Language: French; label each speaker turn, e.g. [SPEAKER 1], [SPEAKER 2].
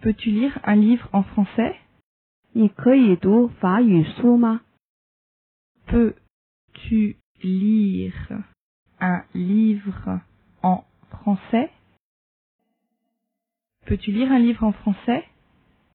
[SPEAKER 1] peux-tu lire un livre en français
[SPEAKER 2] 你可以读法语书吗？
[SPEAKER 1] Peux-tu lire un livre en français Peux-tu lire un livre en français